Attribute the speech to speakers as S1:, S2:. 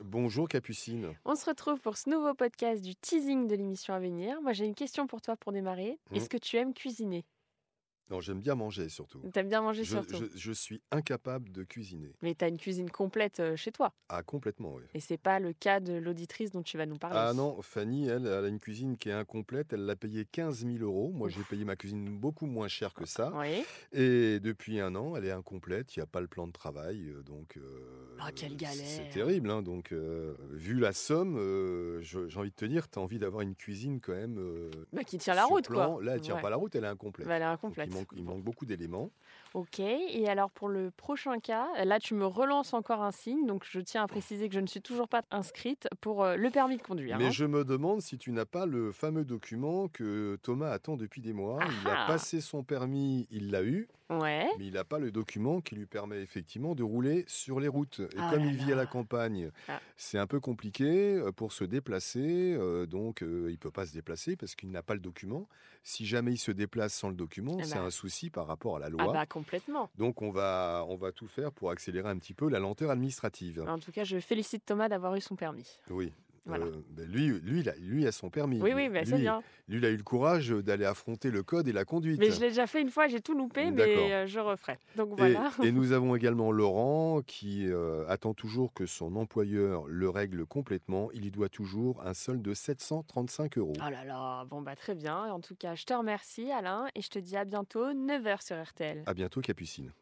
S1: Bonjour Capucine.
S2: On se retrouve pour ce nouveau podcast du teasing de l'émission à venir. Moi, j'ai une question pour toi pour démarrer.
S1: Mhm.
S2: Est-ce que tu aimes cuisiner
S1: Non, j'aime bien manger surtout.
S2: T'aimes bien manger
S1: Je,
S2: surtout.
S1: je- je suis incapable de cuisiner.
S2: Mais t'as une cuisine complète euh, chez toi.
S1: Ah, complètement, oui.
S2: Et c'est pas le cas de l'auditrice dont tu vas nous parler.
S1: Ah non, Fanny, elle, elle a une cuisine qui est incomplète. Elle l'a payée 15 000 euros. Moi, j'ai payé ma cuisine beaucoup moins cher que ça.
S2: Oui.
S1: Et depuis un an, elle est incomplète. Il n'y a pas le plan de travail. euh, Donc. euh,
S2: Ah, quelle
S1: c'est- C'est
S2: galère.
S1: terrible. hein, donc, euh, vu la somme, euh, je- j'ai envie de te dire, tu as envie d'avoir une cuisine quand même. euh,
S2: Bah, qui tient la
S1: sur
S2: route,
S1: plan.
S2: quoi.
S1: Là, elle tient
S2: Ouais.
S1: pas la route, elle est incomplète.
S2: Bah, elle est
S1: Donc,
S2: incomplète.
S1: il manque, il
S2: Bon.
S1: manque beaucoup d'éléments.
S2: Ok. Et alors, pour le prochain cas, là, tu me relances encore un signe. Donc, je
S1: Oh.
S2: tiens à préciser que je ne suis toujours pas inscrite pour euh, le permis de conduire.
S1: Mais
S2: hein.
S1: je me demande si tu n'as pas le fameux document que Thomas attend depuis des mois. il
S2: Ah ah.
S1: a passé son permis, il l'a eu,
S2: Ouais.
S1: mais il n'a pas le document qui lui permet effectivement de rouler sur les routes. Et
S2: Ah
S1: comme
S2: là
S1: il vit
S2: là.
S1: à la campagne,
S2: Ah.
S1: c'est un peu compliqué euh, pour se déplacer. euh, donc euh, il peut pas se déplacer parce qu'il n'a pas le document. Si jamais il se déplace sans le document,
S2: Eh
S1: c'est
S2: ben.
S1: un souci par rapport à la
S2: Ah
S1: loi.
S2: bah complètement.
S1: Donc on va, on va tout faire pour accélérer un petit peu la lenteur administrative.
S2: En tout cas, je félicite Thomas d'avoir eu son permis.
S1: Oui.
S2: Ah, Voilà.
S1: Euh, ben lui, lui, il a, lui a son permis.
S2: Oui, oui, bah, c'est
S1: Lui,
S2: bien.
S1: Lui, il a eu le courage euh, d'aller affronter le code et la conduite.
S2: Mais je l'ai déjà fait une fois, j'ai tout loupé,
S1: Mmh, D'accord.
S2: mais euh, je referai. Donc
S1: Et,
S2: voilà.
S1: et nous avons également Laurent qui euh, attend toujours que son employeur le règle complètement. Il y doit toujours un solde de 735 euros.
S2: Oh là là, bon bah très bien. En tout cas, je te remercie Alain et je te dis à bientôt, 9h sur RTL.
S1: À bientôt, Capucine.